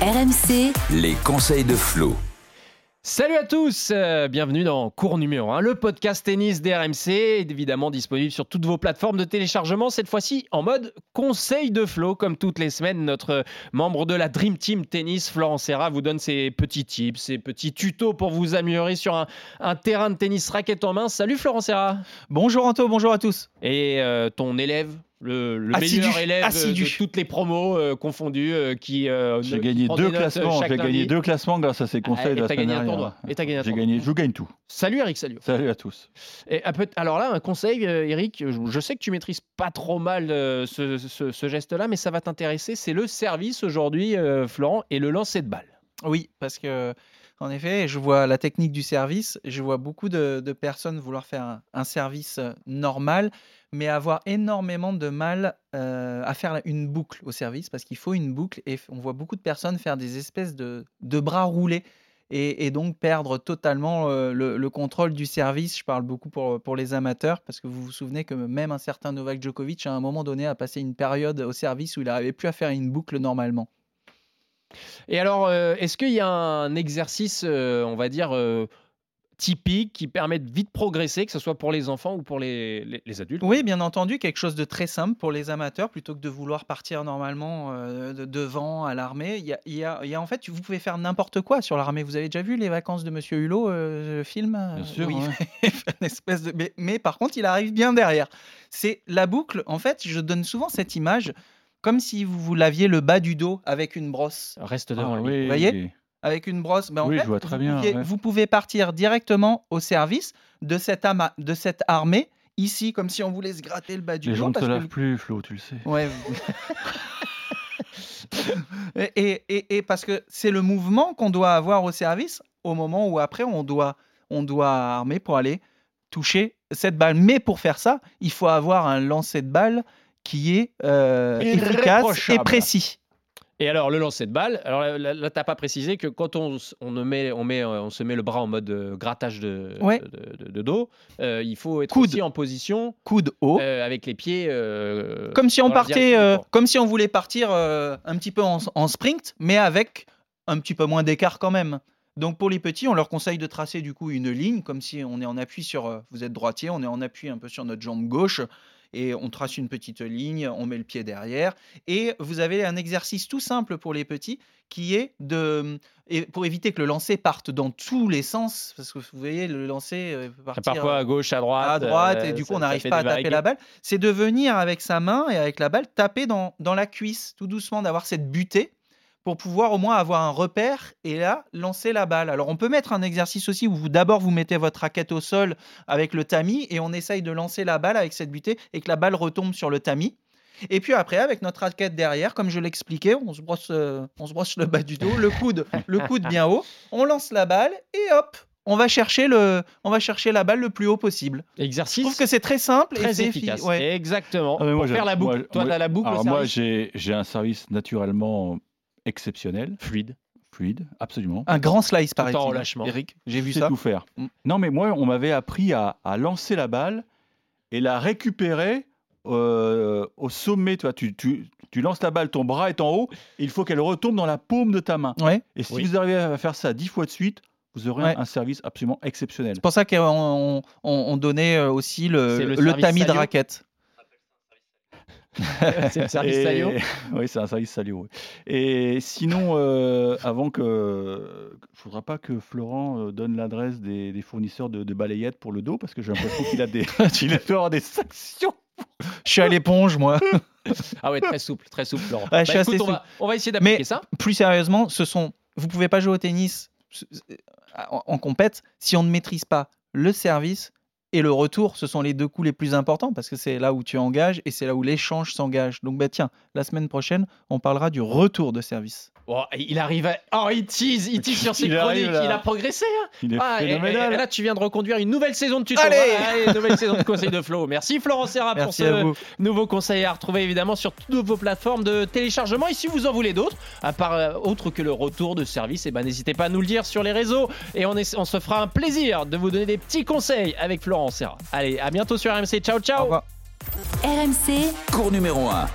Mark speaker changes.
Speaker 1: RMC,
Speaker 2: Les conseils de Flo.
Speaker 3: Salut à tous, euh, bienvenue dans cours numéro 1, le podcast tennis d'RMC, évidemment disponible sur toutes vos plateformes de téléchargement, cette fois-ci en mode conseil de Flo, comme toutes les semaines, notre membre de la Dream Team Tennis, Florent Serra, vous donne ses petits tips, ses petits tutos pour vous améliorer sur un, un terrain de tennis raquette en main. Salut Florent Serra
Speaker 4: Bonjour Anto, bonjour à tous.
Speaker 3: Et euh, ton élève le, le
Speaker 4: Assidu,
Speaker 3: meilleur élève euh,
Speaker 4: assidu.
Speaker 3: de toutes les promos euh, confondues euh, qui euh,
Speaker 5: J'ai
Speaker 3: ne-
Speaker 5: gagné
Speaker 3: prend
Speaker 5: deux
Speaker 3: des notes, euh,
Speaker 5: classements.
Speaker 3: chaque
Speaker 5: J'ai
Speaker 3: lundi. Ah,
Speaker 5: gagné deux classements grâce à ces conseils
Speaker 3: et
Speaker 5: de la
Speaker 3: t'as
Speaker 5: semaine
Speaker 3: gagné un
Speaker 5: dernière.
Speaker 3: tournoi. Et t'as gagné un
Speaker 5: J'ai
Speaker 3: tournoi.
Speaker 5: gagné, je gagne tout.
Speaker 3: Salut Eric Salio.
Speaker 5: Salut à tous.
Speaker 3: Et un peu- alors là, un conseil, euh, Eric, je, je sais que tu maîtrises pas trop mal euh, ce, ce- ce geste-là, mais ça va t'intéresser. C'est le service aujourd'hui, euh, Florent, et le lancer de balle.
Speaker 4: Oui, parce que, en effet, je vois la technique du service, je vois beaucoup de, de personnes vouloir faire un, un service euh, normal, mais avoir énormément de mal euh, à faire la- une boucle au service, parce qu'il faut une boucle, et f- on voit beaucoup de personnes faire des espèces de, de bras roulés. Et, et donc perdre totalement euh, le, le contrôle du service. Je parle beaucoup pour, pour les amateurs, parce que vous vous souvenez que même un certain Novak Djokovic, à un moment donné, a passé une période au service où il n'arrivait plus à faire une boucle normalement.
Speaker 3: Et alors, euh, est-ce qu'il y a un exercice, euh, on va dire, euh, typique qui permet de vite progresser, que ce soit pour les enfants ou pour les, les- les adultes
Speaker 4: Oui, bien entendu, quelque chose de très simple pour les amateurs, plutôt que de vouloir partir normalement euh, de- devant à l'armée. Il y a, il y a- il y a- en fait, vous pouvez faire n'importe quoi sur l'armée. Vous avez déjà vu les vacances de Monsieur Hulot, euh, le film euh,
Speaker 3: Ah,
Speaker 5: Bien sûr. hein.
Speaker 4: où il
Speaker 5: ouais.
Speaker 4: fait une espèce de... mais, mais par contre, il arrive bien derrière. C'est la boucle. En fait, je donne souvent cette image comme si vous vous laviez le bas du dos avec une brosse.
Speaker 3: Reste
Speaker 5: Ah
Speaker 3: devant lui.
Speaker 5: oui.
Speaker 4: voyez avec une brosse. Ben, en
Speaker 5: Oui, je
Speaker 4: fait,
Speaker 5: vois très
Speaker 4: vous
Speaker 5: bien,
Speaker 4: pouviez-
Speaker 5: ouais.
Speaker 4: Vous pouvez partir directement au service de cette, ama- de cette armée, ici, comme si on voulait se gratter le bas du
Speaker 5: Les
Speaker 4: dos.
Speaker 5: gens ne se
Speaker 4: parce que
Speaker 5: lavent
Speaker 4: le-
Speaker 5: plus, Flo, tu le sais.
Speaker 4: Ouais, vous- et, et- et- et parce que c'est le mouvement qu'on doit avoir au service au moment où après on doit, on doit armer pour aller toucher cette balle. Mais pour faire ça, il faut avoir un lancer de balle qui est euh, efficace et
Speaker 5: Irréprochable.
Speaker 4: précis.
Speaker 3: Et alors, le lancer de balle, alors là, là, là, t'as pas précisé que quand on, s- on, ne met, on, met, euh, on se met le bras en mode euh, grattage de,
Speaker 4: Ouais.
Speaker 3: de, de- de dos, euh, il faut être
Speaker 4: Coude.
Speaker 3: aussi en position
Speaker 4: Coude haut.
Speaker 3: euh, avec les pieds. euh,
Speaker 4: comme si on
Speaker 3: dans la
Speaker 4: partait,
Speaker 3: direction du
Speaker 4: euh,
Speaker 3: corps.
Speaker 4: comme si on voulait partir euh, un petit peu en, en sprint, mais avec un petit peu moins d'écart quand même. Donc pour les petits, on leur conseille de tracer du coup une ligne, comme si on est en appui sur, euh, vous êtes droitier, on est en appui un peu sur notre jambe gauche, et on trace une petite ligne, on met le pied derrière, et vous avez un exercice tout simple pour les petits qui est de, et pour éviter que le lancer parte dans tous les sens, parce que vous voyez le lancer euh, peut partir
Speaker 3: Parfois à gauche, à droite.
Speaker 4: à droite
Speaker 3: euh,
Speaker 4: et du
Speaker 3: ça-
Speaker 4: coup on
Speaker 3: ça
Speaker 4: n'arrive
Speaker 3: fait
Speaker 4: pas à
Speaker 3: des
Speaker 4: taper la balle, c'est de venir avec sa main et avec la balle taper dans, dans la cuisse tout doucement, d'avoir cette butée pour pouvoir au moins avoir un repère et là lancer la balle. Alors on peut mettre un exercice aussi où vous d'abord vous mettez votre raquette au sol avec le tamis et on essaye de lancer la balle avec cette butée et que la balle retombe sur le tamis. Et puis après, avec notre raquette derrière, comme je l'expliquais, on se brosse, euh, on se brosse le bas du dos, le coude, le coude bien haut. On lance la balle et hop, on va chercher le, on va chercher la balle le plus haut possible. Je
Speaker 3: Exercice
Speaker 4: trouve que c'est très simple et
Speaker 3: très
Speaker 4: c'est effi-
Speaker 3: efficace. Euh,
Speaker 4: ouais.
Speaker 3: Exactement.
Speaker 5: Ah, mais moi,
Speaker 3: Pour
Speaker 5: j'ai-
Speaker 3: faire la boucle.
Speaker 5: moi,
Speaker 3: Toi,
Speaker 5: moi-
Speaker 3: t'as la boucle.
Speaker 5: Alors
Speaker 3: le
Speaker 5: moi,
Speaker 3: service
Speaker 5: j'ai j'ai un service naturellement exceptionnel,
Speaker 3: fluide.
Speaker 5: fluide, absolument.
Speaker 4: Un grand slice,
Speaker 3: Tout
Speaker 4: paraît-il.
Speaker 3: en relâchement.
Speaker 4: Eric, Ah, j'ai vu
Speaker 5: Je sais
Speaker 4: ça.
Speaker 5: tout faire.
Speaker 4: Mm.
Speaker 5: Non, mais moi, on m'avait appris à, à lancer la balle et la récupérer euh, au sommet. Tu, vois, tu, tu, tu lances la balle, ton bras est en haut, il faut qu'elle retombe dans la paume de ta main.
Speaker 4: Ouais.
Speaker 5: Et si
Speaker 3: Oui.
Speaker 5: vous arrivez à faire ça dix fois de suite, vous aurez
Speaker 4: Ouais.
Speaker 5: un service absolument exceptionnel.
Speaker 4: C'est pour ça qu'on on, on donnait euh, aussi
Speaker 3: C'est
Speaker 4: le,
Speaker 3: le
Speaker 4: le,
Speaker 3: service
Speaker 4: tamis de
Speaker 3: Salio.
Speaker 4: raquette.
Speaker 3: c'est le service
Speaker 5: Et-
Speaker 3: Salio.
Speaker 5: Oui, c'est un service salio. oui. Et sinon, euh, avant que. Il ne faudra pas que Florent euh, donne l'adresse des, des fournisseurs de, de balayettes pour le dos, parce que j'ai l'impression qu'il a des, il doit avoir des sections.
Speaker 4: Je suis à l'éponge, moi.
Speaker 3: Ah ouais, très souple, très souple, Florent.
Speaker 4: Ouais, je suis assez
Speaker 3: on, va, on va essayer d'appliquer ça.
Speaker 4: Plus sérieusement, ce sont. Vous pouvez pas jouer au tennis ce- ce- euh, en, en compète si on ne maîtrise pas le service et le retour. Ce sont les deux coups les plus importants parce que c'est là où tu engages et c'est là où l'échange s'engage. Donc, bah, tiens, la semaine prochaine, on parlera du retour de service.
Speaker 3: Oh, il arrive à... Oh, il tease, il tease sur ses
Speaker 5: Il
Speaker 3: chroniques.
Speaker 5: arrive, là.
Speaker 3: Il a progressé. hein.
Speaker 5: Il est
Speaker 3: Ah, et- et-
Speaker 5: phénoménal.
Speaker 3: et là, tu viens de reconduire une nouvelle saison de tuto.
Speaker 4: Allez
Speaker 3: Allez, nouvelle saison de conseil de Flo. Merci Florent Serra Ah, pour
Speaker 4: Merci
Speaker 3: ce
Speaker 4: à vous.
Speaker 3: nouveau conseil à retrouver évidemment sur toutes vos plateformes de téléchargement. Et si vous en voulez d'autres, à part euh, autre que le retour de service, eh ben, n'hésitez pas à nous le dire sur les réseaux. Et on, est- on se fera un plaisir de vous donner des petits conseils avec Florent Serra. Allez, à bientôt sur RMC. Ciao,
Speaker 4: Au
Speaker 3: ciao.
Speaker 4: revoir.
Speaker 1: RMC,
Speaker 2: Cours numéro 1.